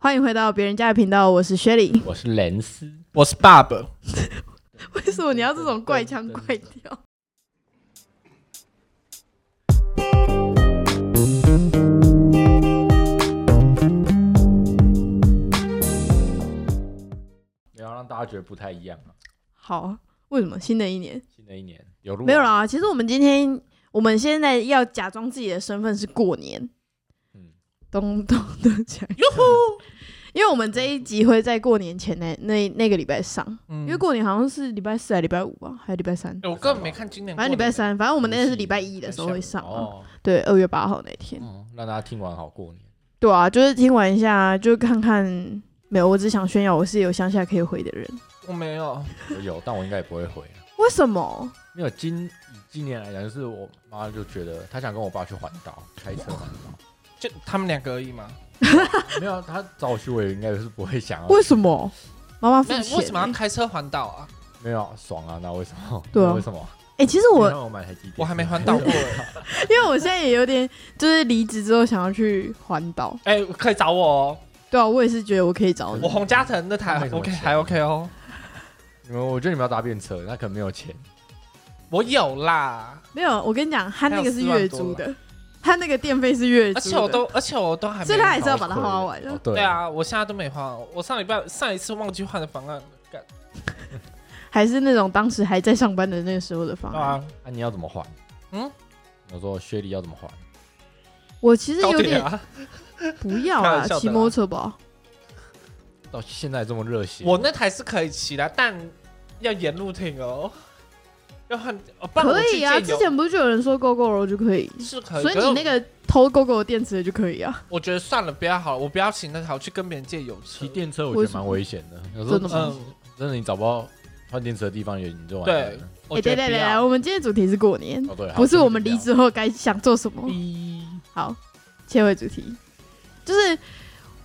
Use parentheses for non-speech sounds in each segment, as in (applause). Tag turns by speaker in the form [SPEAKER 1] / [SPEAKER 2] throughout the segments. [SPEAKER 1] 欢迎回到别人家的频道，我是薛礼。
[SPEAKER 2] 我是蓝斯，
[SPEAKER 3] 我是 Bob，
[SPEAKER 1] (laughs) 为什么你要这种怪腔怪调？
[SPEAKER 2] 没有让大家觉得不太一样啊。
[SPEAKER 1] (laughs) 好，为什么新的一年
[SPEAKER 2] 新的一年有录
[SPEAKER 1] 没有？啦？其实我们今天，我们现在要假装自己的身份是过年，
[SPEAKER 2] 嗯，
[SPEAKER 1] 咚咚咚锵，哟呼！ (laughs) 因为我们这一集会在过年前那那那个礼拜上，
[SPEAKER 3] 嗯
[SPEAKER 1] 因为过年好像是礼拜四还是礼拜五啊，还是礼拜三？
[SPEAKER 3] 欸我根本没看今年过
[SPEAKER 1] 反
[SPEAKER 3] 年，
[SPEAKER 1] 正礼拜三，反正我们那天是礼拜一的时候会上、啊，
[SPEAKER 2] 哦，
[SPEAKER 1] 对，二月八号那天。
[SPEAKER 2] 嗯，让大家听完好过年。
[SPEAKER 1] 对啊，就是听完一下，就看看。没有，我只想炫耀我是有乡下可以回的人。
[SPEAKER 3] 我没有，
[SPEAKER 2] 我有，但我应该也不会回啊。 (laughs)
[SPEAKER 1] 为什么？
[SPEAKER 2] 没有今以今年来讲，就是我妈就觉得她想跟我爸去环岛，开
[SPEAKER 3] (laughs)
[SPEAKER 2] 车环岛。
[SPEAKER 3] 就他们两个而已嘛。
[SPEAKER 2] 没有啊，她找我去，我也应该是不会
[SPEAKER 3] 哦
[SPEAKER 2] 想要。
[SPEAKER 1] 为什么？妈妈付
[SPEAKER 3] 那
[SPEAKER 1] 钱、
[SPEAKER 3] 为什么要开车环岛啊？
[SPEAKER 2] 没有啊爽啊？那为什
[SPEAKER 3] (laughs)
[SPEAKER 2] 么？
[SPEAKER 1] 对啊
[SPEAKER 2] 为什么？
[SPEAKER 1] 哎、其实我
[SPEAKER 2] 你看我买台机，
[SPEAKER 3] 我还没环岛过。
[SPEAKER 1] 因为我现在也有点，就是离职之后想要去环岛。
[SPEAKER 3] (laughs) 哎，可以找我哦，
[SPEAKER 1] 对啊，我也是觉得我可以找
[SPEAKER 3] 我
[SPEAKER 1] 你。
[SPEAKER 3] 洪嘉诚那台
[SPEAKER 2] 没什么
[SPEAKER 3] OK
[SPEAKER 2] 钱
[SPEAKER 3] 还 OK 哦，
[SPEAKER 2] 你们，我觉得你们要搭便车，那可能没有钱。
[SPEAKER 3] 我有啦，
[SPEAKER 1] 没有，我跟你讲，他那个是月租
[SPEAKER 3] 还有
[SPEAKER 1] 的，他那个电费是月
[SPEAKER 3] 而
[SPEAKER 1] 租
[SPEAKER 3] 且
[SPEAKER 1] 的，
[SPEAKER 3] 我都而且我都还没，
[SPEAKER 1] 所以他还是要把
[SPEAKER 2] 好
[SPEAKER 1] 它
[SPEAKER 2] 亏
[SPEAKER 1] 花完
[SPEAKER 2] 哦
[SPEAKER 1] 了。
[SPEAKER 2] 对
[SPEAKER 3] 对，啊，我现在都没换，我上礼拜上一次忘记换的啊方案了，干
[SPEAKER 1] 还是那种当时还在上班的那个时候的方
[SPEAKER 3] 对
[SPEAKER 1] 案。
[SPEAKER 3] 啊，
[SPEAKER 2] 那你要怎么还？
[SPEAKER 3] 嗯，
[SPEAKER 2] 我说薛礼要怎么还？
[SPEAKER 1] 我其实
[SPEAKER 3] 高
[SPEAKER 1] 有
[SPEAKER 3] 铁
[SPEAKER 1] 点
[SPEAKER 3] 啊，
[SPEAKER 1] 不要
[SPEAKER 3] 开
[SPEAKER 1] 啊
[SPEAKER 3] 玩，笑的啦
[SPEAKER 1] 骑摩托车吧。
[SPEAKER 2] 到现在这么热血，
[SPEAKER 3] 我那台是可以骑的，但要沿路停哦，要换，哦不然我
[SPEAKER 1] 可
[SPEAKER 3] 去
[SPEAKER 1] 以啊，
[SPEAKER 3] 见
[SPEAKER 1] 之
[SPEAKER 3] 友
[SPEAKER 1] 前不是就有人说 GoGo 罗就可以，
[SPEAKER 3] 是可以，
[SPEAKER 1] 所以
[SPEAKER 3] 可是
[SPEAKER 1] 你那个偷 GoGo 的电池的就可以啊。
[SPEAKER 3] 我觉得算了，不要好了，我不要骑那台，我去跟别人借油车
[SPEAKER 2] 骑。电车我
[SPEAKER 1] 为
[SPEAKER 2] 觉
[SPEAKER 1] 什
[SPEAKER 2] 得
[SPEAKER 1] 么
[SPEAKER 2] 蛮危险的，有时候
[SPEAKER 1] 真的吗
[SPEAKER 3] 嗯，
[SPEAKER 2] 真的你找不到换电池的地方，也你就完蛋
[SPEAKER 3] 对
[SPEAKER 2] 了。，
[SPEAKER 3] 我
[SPEAKER 1] 对
[SPEAKER 3] 觉
[SPEAKER 1] 哎对对，
[SPEAKER 3] 得不
[SPEAKER 1] 来
[SPEAKER 3] 要。
[SPEAKER 1] 我们今天主题是过年，
[SPEAKER 2] 哦对，好
[SPEAKER 1] 不是我们离。职后该想做什么。
[SPEAKER 2] 哔
[SPEAKER 3] 嗯
[SPEAKER 1] 好，切回主题，就是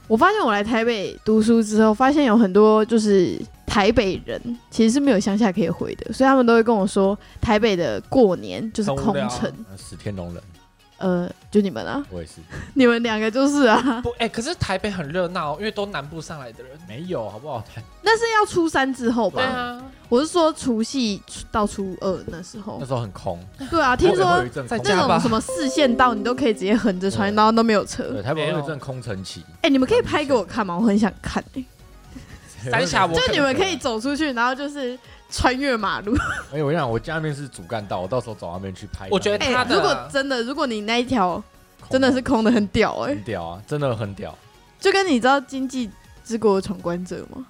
[SPEAKER 1] 我发现我来台北读书之后，发现有很多就是台北人其实是没有乡下可以回的，所以他们都会跟我说，台北的过年就是
[SPEAKER 3] 很
[SPEAKER 1] 空
[SPEAKER 3] 无聊
[SPEAKER 1] 城，
[SPEAKER 2] 呃死天龙人，
[SPEAKER 1] 呃，就你们啊，
[SPEAKER 2] 我也是，
[SPEAKER 1] 你们两个就是啊，
[SPEAKER 3] 不，哎、可是台北很热闹，因为都南部上来的人。
[SPEAKER 2] 没有好不好？
[SPEAKER 1] 那是要初三之后吧？
[SPEAKER 3] 对啊，
[SPEAKER 1] 我是说除夕到初二那时候
[SPEAKER 2] (laughs) 那，时候很空，
[SPEAKER 1] 对啊，听
[SPEAKER 2] 台北
[SPEAKER 1] 说
[SPEAKER 2] 会有一阵
[SPEAKER 3] 在
[SPEAKER 2] 空
[SPEAKER 1] 那
[SPEAKER 3] 家吧
[SPEAKER 1] 种什么四线道，你都可以直接横着穿，
[SPEAKER 2] 对
[SPEAKER 1] 然后都没有车
[SPEAKER 2] 对，。台北会有一阵空城期，
[SPEAKER 1] 哎、你们可以拍给我看吗？我很想看、欸。
[SPEAKER 3] 三峡我
[SPEAKER 1] 就你们可以，走出去，然后就是穿越马
[SPEAKER 2] (laughs)
[SPEAKER 1] 路。
[SPEAKER 2] 哎，我跟你讲，我家那边是主干道，我到时候找那边去拍。
[SPEAKER 3] 我觉得
[SPEAKER 1] 哎、
[SPEAKER 3] 他的
[SPEAKER 1] 如果真的，如果你那一条真的是空的很屌哎、
[SPEAKER 2] 很屌啊，真的很屌。
[SPEAKER 1] 就跟你知道《经济之国的闯关者》吗？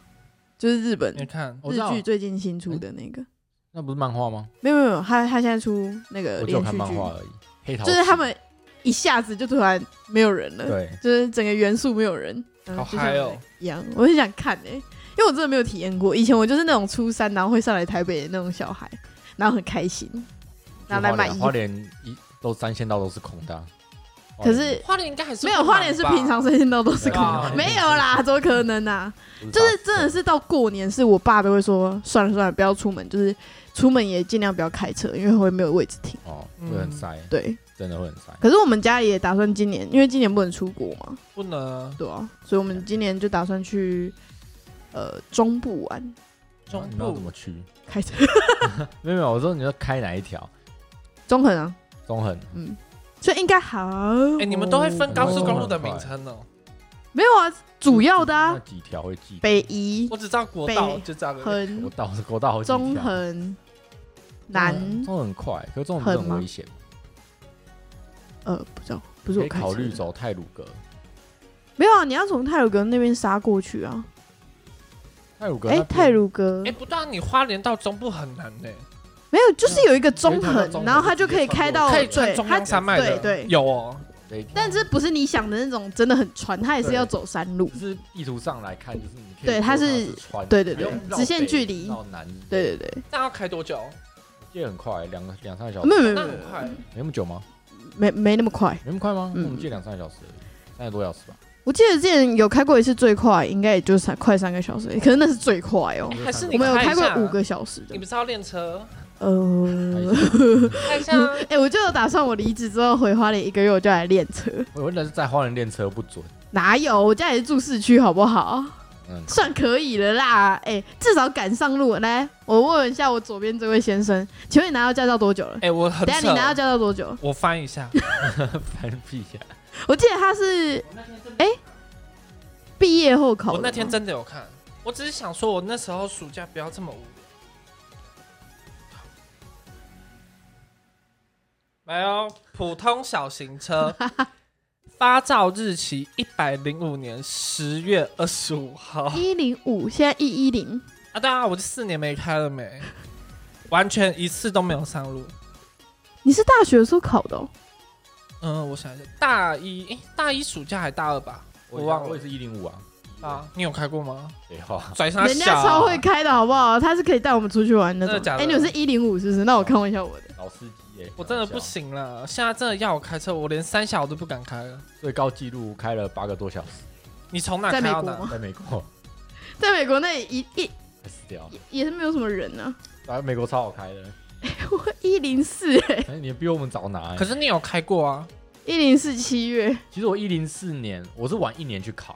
[SPEAKER 1] 就是日本
[SPEAKER 3] 你看，
[SPEAKER 2] 嗯我
[SPEAKER 1] 日
[SPEAKER 2] 知道
[SPEAKER 1] 剧最近新出的那个，
[SPEAKER 2] 那不是漫画吗？
[SPEAKER 1] 没有没有，他他现在出那个
[SPEAKER 2] 我只
[SPEAKER 1] 连
[SPEAKER 2] 有
[SPEAKER 1] 续
[SPEAKER 2] 看漫
[SPEAKER 1] 呃剧，
[SPEAKER 2] 画而已。黑桃
[SPEAKER 1] 就是
[SPEAKER 2] 七
[SPEAKER 1] 他们呃一下子就突然没有人了，
[SPEAKER 2] 对，
[SPEAKER 1] 就是整个元素没有人，嗯
[SPEAKER 3] 好
[SPEAKER 1] 就像
[SPEAKER 3] 嗨哦
[SPEAKER 1] 一样，我很想看哎、因为我真的没有体验过，以前我就是那种初三然后会上来台北的那种小孩，然后很开心，拿来买衣
[SPEAKER 2] 就
[SPEAKER 1] 服
[SPEAKER 2] 花莲花莲一都三线道都是空的啊，花
[SPEAKER 1] 可
[SPEAKER 2] 莲
[SPEAKER 1] 是
[SPEAKER 3] 花莲应该还是
[SPEAKER 1] 没有花莲是平常
[SPEAKER 3] 生
[SPEAKER 1] 生鲜到都是
[SPEAKER 2] 对
[SPEAKER 1] 空
[SPEAKER 2] 啊
[SPEAKER 1] 的，没有啦，怎么可能啊？
[SPEAKER 2] 不
[SPEAKER 1] 就是
[SPEAKER 2] 大
[SPEAKER 1] 真的是到过年，是我爸都会说算了算了，不要出门，就是出门也尽量不要开车，因为会没有位置停。
[SPEAKER 2] 哦，
[SPEAKER 3] 嗯
[SPEAKER 2] 会很塞，
[SPEAKER 1] 对，
[SPEAKER 2] 真的会很塞。
[SPEAKER 1] 可是我们家也打算今年，因为今年不能出国嘛，
[SPEAKER 3] 不能
[SPEAKER 1] 对啊，所以我们今年就打算去呃中部玩，
[SPEAKER 3] 中
[SPEAKER 2] 你们要怎
[SPEAKER 3] 部
[SPEAKER 2] 么去？
[SPEAKER 1] 开车
[SPEAKER 2] 没有没有，我说你要开哪一条？
[SPEAKER 1] 中横啊，
[SPEAKER 2] 中横
[SPEAKER 1] 嗯，所以应该好。
[SPEAKER 3] 哎、你们都会分高速公路的
[SPEAKER 2] 哦
[SPEAKER 3] 名称哦。
[SPEAKER 1] 没有啊？主要的
[SPEAKER 2] 那
[SPEAKER 1] 啊，
[SPEAKER 2] 几条会记？
[SPEAKER 1] 北宜、
[SPEAKER 3] 我只知道国道
[SPEAKER 1] 北
[SPEAKER 3] 就这样而已。
[SPEAKER 2] 国
[SPEAKER 1] 横、
[SPEAKER 2] 道国道好几条
[SPEAKER 1] 中横、南，
[SPEAKER 2] 中横很快，可是中横不
[SPEAKER 1] 横
[SPEAKER 2] 是
[SPEAKER 1] 吗
[SPEAKER 2] 很危险吗，
[SPEAKER 1] 呃，不知道，不是
[SPEAKER 2] 可
[SPEAKER 1] 我
[SPEAKER 2] 以
[SPEAKER 1] 开车
[SPEAKER 2] 考虑
[SPEAKER 1] 的
[SPEAKER 2] 走泰鲁阁。
[SPEAKER 1] 没有啊，你要从泰鲁阁那边杀过去啊。
[SPEAKER 2] 泰鲁阁
[SPEAKER 1] 哎、
[SPEAKER 2] 那边
[SPEAKER 1] 泰鲁阁、
[SPEAKER 3] 哎、不对啊，你花莲到中部很难呢、
[SPEAKER 1] 没有，就是有一个中
[SPEAKER 2] 有一条叫
[SPEAKER 1] 横，
[SPEAKER 2] 中横
[SPEAKER 1] 然后它就可以开到
[SPEAKER 3] 可以
[SPEAKER 1] 对
[SPEAKER 3] 穿中央山脉的，
[SPEAKER 1] 哦对对
[SPEAKER 3] 有哦。
[SPEAKER 2] 这一条
[SPEAKER 1] 但这不是你想的那种，真的很穿，它也是要走山路
[SPEAKER 2] 只。是地图上来看，就是你可以
[SPEAKER 1] 对它是
[SPEAKER 2] 坐上去穿
[SPEAKER 1] 对对对
[SPEAKER 2] 不用绕
[SPEAKER 1] 直线
[SPEAKER 2] 北
[SPEAKER 1] 距离
[SPEAKER 2] 绕南，
[SPEAKER 1] 对对对，
[SPEAKER 3] 那要开多久？
[SPEAKER 2] 也很快，两个两三个小时，
[SPEAKER 1] 没有没有没有
[SPEAKER 3] 那很快。
[SPEAKER 2] 没那么久吗？
[SPEAKER 1] 没没那么快。
[SPEAKER 2] 没那么快吗？
[SPEAKER 1] 嗯
[SPEAKER 2] 我们借两三个小时而已，三个多小时吧。
[SPEAKER 1] 我记得之前有开过一次最快，应该也就三快三个小时而已，可是那是最快哦。
[SPEAKER 3] 哎还是
[SPEAKER 1] 我
[SPEAKER 3] 你
[SPEAKER 1] 们有
[SPEAKER 3] 开
[SPEAKER 1] 开
[SPEAKER 3] 一下
[SPEAKER 1] 过五，个小时的
[SPEAKER 3] 你，不是要练车？
[SPEAKER 2] 开
[SPEAKER 1] 呃，
[SPEAKER 2] 一下
[SPEAKER 3] 开一下啊。
[SPEAKER 1] 哎、我就有打算我离职之后回花莲一个月，我就来练车。
[SPEAKER 2] 我原来是在花莲练车不准，
[SPEAKER 1] 哪有？我家也是住市区，好不好？
[SPEAKER 2] 嗯，
[SPEAKER 1] (laughs) 算可以了啦，哎、至少赶上路。来，我问一下我左边这位先生，请问你拿到驾照多久了？
[SPEAKER 3] (laughs) 哎，我很
[SPEAKER 1] 等一下你拿到
[SPEAKER 3] 扯，
[SPEAKER 1] 驾照多久？
[SPEAKER 3] 我翻一下，
[SPEAKER 2] 翻屁啊呀！
[SPEAKER 1] 我记得他是哎毕业后考的
[SPEAKER 3] 我
[SPEAKER 1] 吗。
[SPEAKER 3] 那天真的有看，我只是想说，我那时候暑假不要这么无聊。来哦，普通小型
[SPEAKER 1] (laughs)
[SPEAKER 3] 车，发照日期一百零五年十月二十五号
[SPEAKER 1] 一零五，现在一一零，
[SPEAKER 3] 啊！对啊，我这四年没开了没，完全一次都没有上路。
[SPEAKER 1] 你是大学的时候考的、哦？
[SPEAKER 3] 嗯，我想一下，大一，诶，大一暑假还大二吧？我忘了
[SPEAKER 2] 我也是一零五啊。
[SPEAKER 3] 啊，你有开过吗？
[SPEAKER 2] (laughs) 废话，
[SPEAKER 3] 拽上
[SPEAKER 1] 嗯人家超会开的好不好？他是可以带我们出去玩那种
[SPEAKER 3] 啊真的。假的哦
[SPEAKER 1] 哎、你们是一零五是不是？那我看一下我的。
[SPEAKER 2] 老司机耶！
[SPEAKER 3] 我真的不行了，现在真的要我开车，我连三峡我都不敢开了。
[SPEAKER 2] 最高纪录开了八个多小时，
[SPEAKER 3] 你从哪
[SPEAKER 1] 在
[SPEAKER 3] 开
[SPEAKER 1] 美
[SPEAKER 3] 到
[SPEAKER 1] 国
[SPEAKER 3] 哪
[SPEAKER 1] 吗？
[SPEAKER 2] (laughs) 在美国
[SPEAKER 1] 在美国那里一一
[SPEAKER 2] 快死掉。
[SPEAKER 1] 也也是没有什么人呢、
[SPEAKER 2] 啊，美国超好开的，
[SPEAKER 1] (laughs) 我一零四哎，
[SPEAKER 2] 哎，你比我们早拿。
[SPEAKER 3] 可，是你有开过啊？
[SPEAKER 1] 一零四七月，
[SPEAKER 2] 其实我一零四年我是晚一年去考，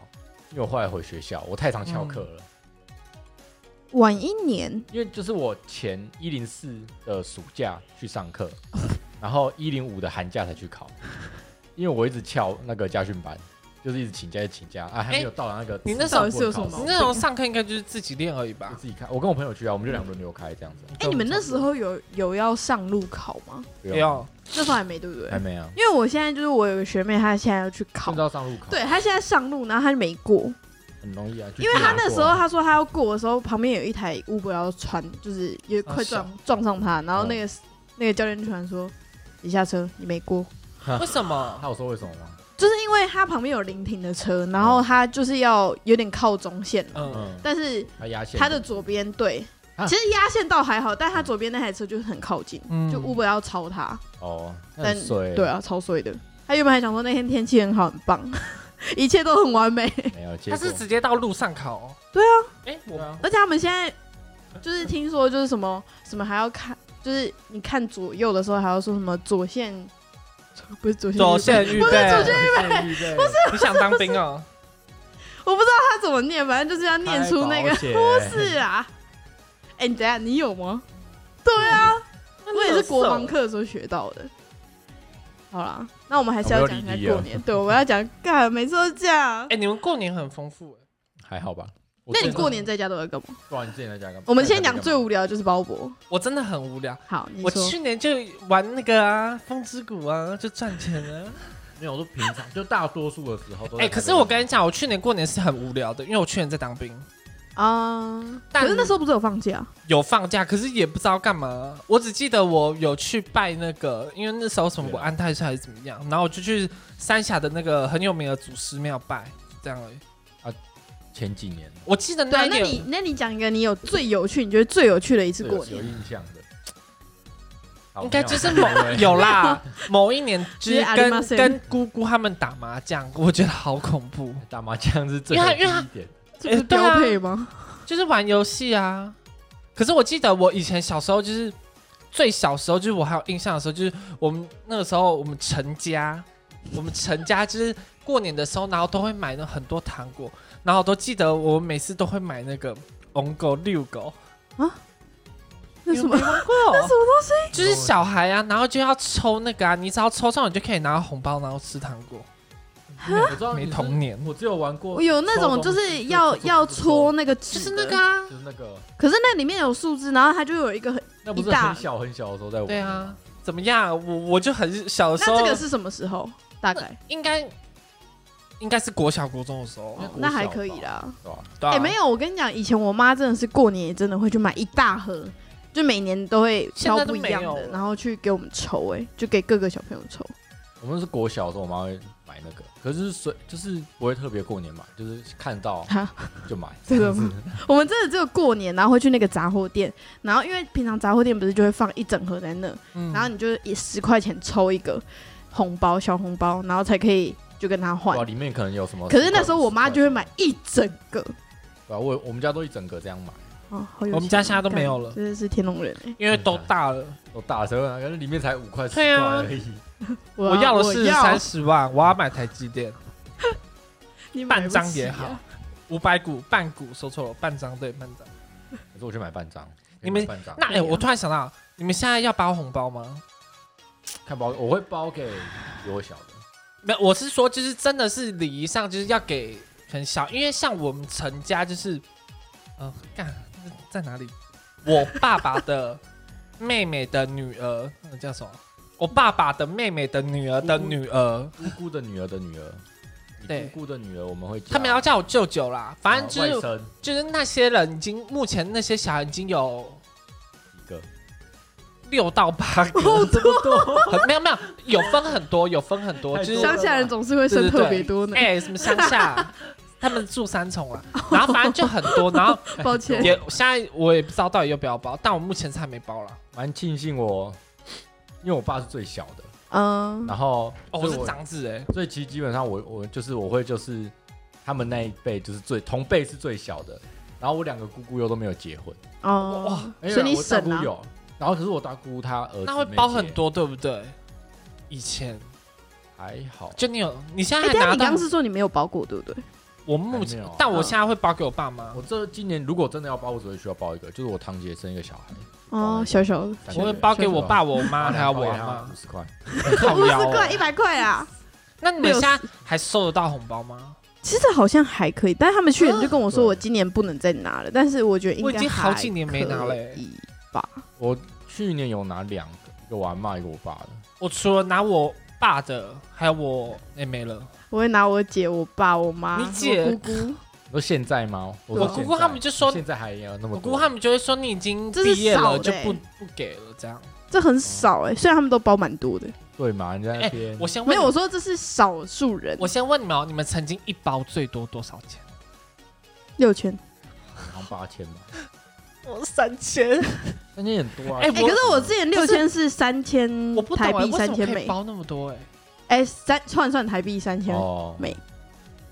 [SPEAKER 2] 因为我后来回学校，我太常翘课了。
[SPEAKER 1] 晚一年，
[SPEAKER 2] 因为就是我前一零四的暑假去上 (laughs) 课，然后一零五的寒假才去考，因为我一直翘那个家训班，就是一直请假，一直请假啊，还没有到达那个。
[SPEAKER 3] 你那时
[SPEAKER 1] 候是有什么
[SPEAKER 3] 你那种上课应该就是自己练而已
[SPEAKER 2] 我
[SPEAKER 3] 吧？
[SPEAKER 2] 自己开，我跟我朋友去啊，我们就两轮流开这样子。
[SPEAKER 1] 哎、你们那时候有有要上路考吗？
[SPEAKER 2] 不
[SPEAKER 3] 没有？
[SPEAKER 1] 那时候还没，对不对？
[SPEAKER 2] 还没啊，
[SPEAKER 1] 因为我现在就是我有个学妹，她现在要去考
[SPEAKER 2] 不知，道上路考，
[SPEAKER 1] 对，她现在上路，然后她就没过，
[SPEAKER 2] 很容易啊。
[SPEAKER 1] 因为她那时候她说她要过的时候，旁边有一台 Uber 要穿，就是也快撞、
[SPEAKER 3] 啊
[SPEAKER 1] 撞上她，然后那个、
[SPEAKER 2] 哦
[SPEAKER 1] 那个教练突然说：“你下车，你没过。”
[SPEAKER 3] 为什么？
[SPEAKER 2] 他有说为什么吗？
[SPEAKER 1] 就是因为他旁边有临停的车，然后他就是要有点靠中线了，
[SPEAKER 3] 嗯，
[SPEAKER 2] 嗯，
[SPEAKER 1] 但是
[SPEAKER 2] 他压线，
[SPEAKER 1] 他的左边对，
[SPEAKER 2] 啊
[SPEAKER 1] 其实压线倒还好，但他左边那台车就是很靠近，
[SPEAKER 3] 嗯
[SPEAKER 1] 就 Uber 要超他，
[SPEAKER 2] 哦，那
[SPEAKER 1] 但
[SPEAKER 2] 很衰，
[SPEAKER 1] 对，啊，超衰的。他原本还想说那天天气很好，很棒， (laughs) 一切都很完美， (laughs)
[SPEAKER 2] 没有结
[SPEAKER 3] 他
[SPEAKER 2] 果。
[SPEAKER 3] 是直接到路上考哦。
[SPEAKER 1] 对
[SPEAKER 3] 啊。哎，
[SPEAKER 2] 对
[SPEAKER 3] 我
[SPEAKER 2] 啊
[SPEAKER 1] 而且他们现在就是听说就是什么什么还要看，就是你看左右的时候还要说什么左线，不是左线
[SPEAKER 3] 左线预
[SPEAKER 1] 不是左
[SPEAKER 3] 备啊
[SPEAKER 1] 线，
[SPEAKER 2] 不是，不是
[SPEAKER 3] 你想当
[SPEAKER 1] (laughs)
[SPEAKER 3] 兵哦？
[SPEAKER 1] 我不知道他怎么念，反正就是要念出那个。
[SPEAKER 2] 不
[SPEAKER 1] 是啊。哎、你等一下，你有吗？对啊，我也是国防课的时候学到的。好啦，那我们还是要讲一下
[SPEAKER 2] 我们又离题了
[SPEAKER 1] 过年。对，我们要讲，干，每次都这样。
[SPEAKER 3] 啊哎，你们过年很丰富哎。
[SPEAKER 2] 还好吧？
[SPEAKER 1] 那你过年在家都在干嘛？
[SPEAKER 2] 不然你之前在家干嘛？
[SPEAKER 1] 我们先讲最无聊的就是包博。
[SPEAKER 3] 我真的很无聊。
[SPEAKER 1] 好，你
[SPEAKER 3] 我
[SPEAKER 1] 说。
[SPEAKER 3] 去年就玩那个啊，风之谷啊，就赚钱啊。
[SPEAKER 2] 没有，我说平常就大多数的时候都在
[SPEAKER 3] 哎，
[SPEAKER 2] 家
[SPEAKER 3] 可是 (laughs) 我
[SPEAKER 2] 干
[SPEAKER 3] 跟你
[SPEAKER 2] 嘛
[SPEAKER 3] 讲，我去年过年是很无聊的，因为我去年在当兵。
[SPEAKER 1] 啊、
[SPEAKER 3] 但
[SPEAKER 1] 可是那时候不是有放假？
[SPEAKER 3] 有放假，可是也不知道干嘛。我只记得我有去拜那个，因为那时候什么
[SPEAKER 2] 对啊
[SPEAKER 3] 我安泰是还是怎么样，然后我就去三峡的那个很有名的祖师庙拜，这样而已。
[SPEAKER 2] 前几年
[SPEAKER 3] 我记得
[SPEAKER 1] 对
[SPEAKER 3] 那
[SPEAKER 1] 啊，
[SPEAKER 3] 一
[SPEAKER 1] 那
[SPEAKER 3] 年，
[SPEAKER 1] 你那你讲一个你有最有趣，你觉得最有趣的一次过
[SPEAKER 2] 有
[SPEAKER 1] 年，
[SPEAKER 2] 印象的，好
[SPEAKER 3] 啊应该就是
[SPEAKER 2] 没
[SPEAKER 3] 某
[SPEAKER 2] 有没有
[SPEAKER 3] (laughs) 有啦，某一年
[SPEAKER 1] 直
[SPEAKER 3] (laughs) 就是
[SPEAKER 1] 接阿里马
[SPEAKER 3] 跟
[SPEAKER 1] 森
[SPEAKER 3] 跟姑姑他们打麻将，我觉得好恐怖，
[SPEAKER 2] 打麻将是最
[SPEAKER 3] 因为他
[SPEAKER 2] 有
[SPEAKER 3] 因为他
[SPEAKER 2] 意义点，
[SPEAKER 1] 这不是
[SPEAKER 3] 哎对啊
[SPEAKER 1] 标配吗？
[SPEAKER 3] 就是玩游戏啊。可是我记得我以前小时候就是最小时候，就是我还有印象的时候，就是我们那个时候我们成家，我们成家就是过年的时候，然后都会买了很多糖果，然后我都记得我每次都会买那个红狗遛狗，
[SPEAKER 1] (laughs) 那什么？
[SPEAKER 3] 你有没有玩过？那什么东西？就是小孩啊，然后就要抽那个啊，你只要抽中，你就可以拿到红包，然后吃糖果。
[SPEAKER 2] 我知道
[SPEAKER 3] 没
[SPEAKER 2] 你是
[SPEAKER 3] 童年
[SPEAKER 2] 我只有玩过
[SPEAKER 1] 我，有那
[SPEAKER 2] 抽
[SPEAKER 1] 种
[SPEAKER 2] 东
[SPEAKER 1] 就是
[SPEAKER 2] 西
[SPEAKER 1] 要
[SPEAKER 2] 抽抽
[SPEAKER 1] 要
[SPEAKER 2] 抽
[SPEAKER 1] 戳那个纸
[SPEAKER 3] 就
[SPEAKER 1] 的，
[SPEAKER 3] 是那个啊
[SPEAKER 2] 就，是那个，
[SPEAKER 1] 可是那里面有数字，然后它就有一个很。
[SPEAKER 2] 那不是
[SPEAKER 1] 一大
[SPEAKER 2] 很小很小的时候在玩，
[SPEAKER 3] 对啊，，怎么样？我我就很小的时
[SPEAKER 1] 那
[SPEAKER 3] 候，
[SPEAKER 1] 这个是什么时候？大概
[SPEAKER 3] 应该应该是国小国中的时候
[SPEAKER 2] 哦，
[SPEAKER 1] 那还可以啦。
[SPEAKER 2] 对吧？
[SPEAKER 3] 对
[SPEAKER 1] 哎、
[SPEAKER 3] 啊
[SPEAKER 1] 没有，我跟你讲，以前我妈真的是过年也真的会去买一大盒，就每年都会
[SPEAKER 3] 现
[SPEAKER 1] 挑
[SPEAKER 3] 在都
[SPEAKER 1] 不一样
[SPEAKER 3] 没有
[SPEAKER 1] 的，
[SPEAKER 3] 了
[SPEAKER 1] 然后去给我们抽、哎，就给各个小朋友抽。
[SPEAKER 2] 我们是国小的时候，我妈会买那个，可是随就是不会特别过年买，就是看到
[SPEAKER 1] 哈
[SPEAKER 2] 就买，
[SPEAKER 1] 真的
[SPEAKER 2] 这样子
[SPEAKER 1] 我们真的只有过年，然后会去那个杂货店，然后因为平常杂货店不是就会放一整盒在那，
[SPEAKER 3] 嗯
[SPEAKER 1] 然后你就以十块钱抽一个红包小红包，然后才可以就跟他换
[SPEAKER 2] 哇，。里面可能有什么？
[SPEAKER 1] 可是那时候我妈就会买，一整个，
[SPEAKER 2] 对啊，我我们家都一整个这样买，
[SPEAKER 1] 哦，好有
[SPEAKER 3] 我们家
[SPEAKER 1] 钱
[SPEAKER 3] 现在都没有
[SPEAKER 1] 干
[SPEAKER 3] 了
[SPEAKER 1] 真的是天龙人哎、
[SPEAKER 3] 因为都大了，
[SPEAKER 2] 我打折啊，可是里面才五块十
[SPEAKER 3] 对
[SPEAKER 2] 块
[SPEAKER 3] 啊
[SPEAKER 2] 而已，
[SPEAKER 1] 我
[SPEAKER 3] 我要的是
[SPEAKER 1] 要
[SPEAKER 3] 三十万，我要买台积电。
[SPEAKER 1] 你买
[SPEAKER 3] 半
[SPEAKER 1] 不
[SPEAKER 3] 张
[SPEAKER 1] 起
[SPEAKER 3] 也
[SPEAKER 1] 啊
[SPEAKER 3] 好，五百股半股说错了，半张对半张。
[SPEAKER 2] 可是我去买半张，
[SPEAKER 3] 你
[SPEAKER 2] 可
[SPEAKER 3] 们
[SPEAKER 2] 以买半张
[SPEAKER 3] 那哎、
[SPEAKER 1] 对啊
[SPEAKER 3] 我突然想到，你们现在要包红包吗？
[SPEAKER 2] 看包，我会包给比我小的。
[SPEAKER 3] 没有，我是说，就是真的是礼仪上就是要给很小，因为像我们陈家就是，呃，干在哪里？我爸爸的妹妹的女儿，那个叫什么？我爸爸的妹妹的女儿的女儿，
[SPEAKER 2] 姑姑的女儿的女儿，你
[SPEAKER 3] 对
[SPEAKER 2] 姑姑的女儿，我们会叫
[SPEAKER 3] 他们要叫我舅舅啦。反正就
[SPEAKER 2] 呃
[SPEAKER 3] 是、
[SPEAKER 2] 外甥
[SPEAKER 3] 就是那些人已经目前那些小孩已经有
[SPEAKER 2] 一个，
[SPEAKER 3] 六到八个，
[SPEAKER 2] 这么多，
[SPEAKER 3] 很没有没有，有分很多，有分很多，
[SPEAKER 2] 太
[SPEAKER 3] 就是
[SPEAKER 1] (laughs)
[SPEAKER 2] 多了
[SPEAKER 1] 乡下人总是会生特别多呢。
[SPEAKER 3] 哎、什么乡下，他们住三重啦，然后反正就很多，然后
[SPEAKER 1] 抱歉，
[SPEAKER 3] 也现在我也不知道到底要不要包，但我目前是还没包啦。
[SPEAKER 2] 蛮庆幸我，因为我爸是最小的，
[SPEAKER 1] 嗯，
[SPEAKER 2] 然后
[SPEAKER 3] 哦，
[SPEAKER 2] 所
[SPEAKER 3] 我
[SPEAKER 2] 以
[SPEAKER 3] 是长子哎、
[SPEAKER 2] 所以其实基本上我我就是我会就是他们那一辈就是最同辈是最小的，然后我两个姑姑又都没有结婚，
[SPEAKER 1] 哦，
[SPEAKER 3] 哎
[SPEAKER 2] 因
[SPEAKER 1] 所以
[SPEAKER 2] 为
[SPEAKER 1] 你
[SPEAKER 2] 我大
[SPEAKER 1] 省
[SPEAKER 2] 姑
[SPEAKER 1] 啊，
[SPEAKER 2] 有，然后可是我大姑她儿子
[SPEAKER 3] 那会
[SPEAKER 2] 没
[SPEAKER 3] 包
[SPEAKER 2] 结
[SPEAKER 3] 很，多对不对？以前
[SPEAKER 2] 还好，
[SPEAKER 3] 就你有，你现在
[SPEAKER 1] 哎，
[SPEAKER 3] 还
[SPEAKER 1] 但
[SPEAKER 3] 拿
[SPEAKER 1] 你刚
[SPEAKER 3] 到
[SPEAKER 1] 刚？是说你没有包裹对不对？
[SPEAKER 3] 我目前
[SPEAKER 2] 还没有啊，
[SPEAKER 3] 但我现在会包给我爸妈
[SPEAKER 2] 我，这今年如果真的要包，我只会需要包一个，就是我堂姐生一个小孩，
[SPEAKER 1] 哦，小小的，
[SPEAKER 2] 三个
[SPEAKER 3] 我会
[SPEAKER 2] 月
[SPEAKER 3] 包给我
[SPEAKER 2] 小
[SPEAKER 3] 爸、我妈还有我妈
[SPEAKER 2] 五。十块，
[SPEAKER 3] 靠
[SPEAKER 1] 五
[SPEAKER 3] 腰
[SPEAKER 1] 十
[SPEAKER 3] 哦
[SPEAKER 1] 块、一百块啊。
[SPEAKER 3] 那你们现在还收得到红包吗？
[SPEAKER 1] 其实好像还可以，但他们去年就跟我说
[SPEAKER 2] 对
[SPEAKER 1] 我今年不能再拿了，但是我觉得应该
[SPEAKER 3] 我已经好几年没拿了
[SPEAKER 1] 还可以吧？
[SPEAKER 2] 我去年有拿两个，一个我阿妈，一个我爸的。
[SPEAKER 3] 我除了拿我爸的，还有我哎、没了。
[SPEAKER 1] 我会拿我姐、我爸、我妈、
[SPEAKER 3] 你姐
[SPEAKER 1] 我姑姑，
[SPEAKER 2] 你说现在吗？我说
[SPEAKER 3] 我姑
[SPEAKER 2] 现
[SPEAKER 3] 姑
[SPEAKER 2] 在
[SPEAKER 3] 他们就说
[SPEAKER 2] 现在还有那么
[SPEAKER 3] 我
[SPEAKER 2] 多，
[SPEAKER 3] 姑他们就会说你已经
[SPEAKER 1] 这是
[SPEAKER 3] 毕业
[SPEAKER 1] 少
[SPEAKER 3] 了，
[SPEAKER 1] 的
[SPEAKER 3] 就
[SPEAKER 1] 欸
[SPEAKER 3] 不不给了这样。
[SPEAKER 1] 这很少哎、虽然他们都包蛮多的，
[SPEAKER 2] 对嘛？人家那
[SPEAKER 3] 哎、
[SPEAKER 2] 边、
[SPEAKER 3] 我先问
[SPEAKER 1] 没
[SPEAKER 3] 你
[SPEAKER 1] 有
[SPEAKER 3] 们
[SPEAKER 1] 我说这是少数人，
[SPEAKER 3] 我先问你们哦，你们曾经一包最多多少钱？
[SPEAKER 1] 六千。
[SPEAKER 2] 好像八千吧，
[SPEAKER 3] 我三千，
[SPEAKER 2] 三千很多啊。
[SPEAKER 1] (laughs)
[SPEAKER 3] 哎
[SPEAKER 1] 哎、
[SPEAKER 3] 我
[SPEAKER 1] 可是我之前六千是三千
[SPEAKER 3] 我不懂、
[SPEAKER 1] 嗯台
[SPEAKER 3] 欸，
[SPEAKER 1] 币
[SPEAKER 3] 为什
[SPEAKER 1] 三
[SPEAKER 3] 么
[SPEAKER 1] 千
[SPEAKER 3] 可以
[SPEAKER 1] 美，
[SPEAKER 3] 包那么多、欸？
[SPEAKER 1] 哎、三算算台币三千
[SPEAKER 2] 哦，
[SPEAKER 1] 美